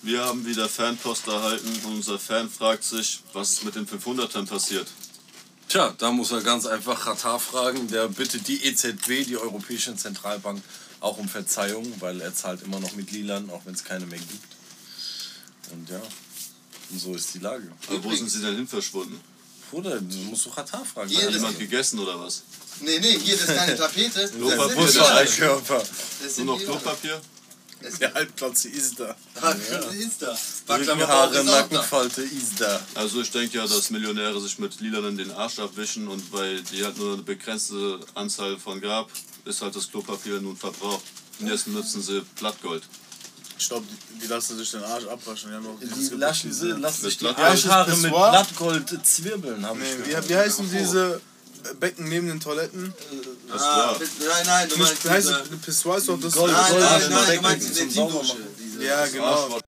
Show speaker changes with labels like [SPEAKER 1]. [SPEAKER 1] Wir haben wieder Fanpost erhalten und unser Fan fragt sich, was ist mit den 500ern passiert.
[SPEAKER 2] Tja, da muss er ganz einfach Katar fragen, der bittet die EZB, die Europäische Zentralbank, auch um Verzeihung, weil er zahlt immer noch mit Lilan, auch wenn es keine mehr gibt. Und ja, und so ist die Lage.
[SPEAKER 1] Aber wo sind sie denn hin verschwunden?
[SPEAKER 2] Bruder, du musst doch Katar fragen.
[SPEAKER 3] Hier
[SPEAKER 1] Hat
[SPEAKER 3] ist-
[SPEAKER 2] Alter.
[SPEAKER 1] jemand gegessen oder was?
[SPEAKER 3] Nee, nee, hier ist keine Tapete. Das sind
[SPEAKER 1] Europa-
[SPEAKER 3] die
[SPEAKER 1] Europa-
[SPEAKER 3] Lilan.
[SPEAKER 1] Alter.
[SPEAKER 2] Körper.
[SPEAKER 3] Das
[SPEAKER 1] Nur
[SPEAKER 3] sind
[SPEAKER 1] noch
[SPEAKER 3] die Lilan.
[SPEAKER 1] Klopapier?
[SPEAKER 3] Das sind
[SPEAKER 2] Der Halbplatz ist da.
[SPEAKER 3] Das ist da. Baklava
[SPEAKER 2] Rückenhaare,
[SPEAKER 3] ist auch da.
[SPEAKER 2] Nackenfalte ist da.
[SPEAKER 1] Also ich denke ja, dass Millionäre sich mit Lilanen den Arsch abwischen und weil die halt nur eine begrenzte Anzahl von gab, ist halt das Klopapier nun verbraucht. Und jetzt nutzen sie Blattgold.
[SPEAKER 4] Ich glaube, die, die lassen sich den Arsch abwaschen. Die haben auch dieses ne?
[SPEAKER 2] Die lassen, sie, lassen sich die
[SPEAKER 1] Blatt-
[SPEAKER 2] Arschhaare
[SPEAKER 4] Arsch-
[SPEAKER 2] mit
[SPEAKER 4] Pissoir?
[SPEAKER 2] Blattgold zwirbeln, habe
[SPEAKER 4] Nee,
[SPEAKER 2] ich
[SPEAKER 4] wie,
[SPEAKER 2] gehört.
[SPEAKER 4] wie heißen diese äh, Becken neben den Toiletten?
[SPEAKER 1] Das
[SPEAKER 3] Ah,
[SPEAKER 1] war.
[SPEAKER 3] Nein, nein, du meinst
[SPEAKER 4] Nicht, heißt
[SPEAKER 3] diese...
[SPEAKER 4] Pissoir ist doch das.
[SPEAKER 2] Gold-
[SPEAKER 3] Nein,
[SPEAKER 2] Gold-
[SPEAKER 3] nein,
[SPEAKER 2] Gold-
[SPEAKER 3] nein, du
[SPEAKER 2] Becken
[SPEAKER 3] meinst
[SPEAKER 2] zum
[SPEAKER 3] diese
[SPEAKER 2] Saubermachen.
[SPEAKER 3] Dusche.
[SPEAKER 4] Ja,
[SPEAKER 1] Genau.
[SPEAKER 4] genau.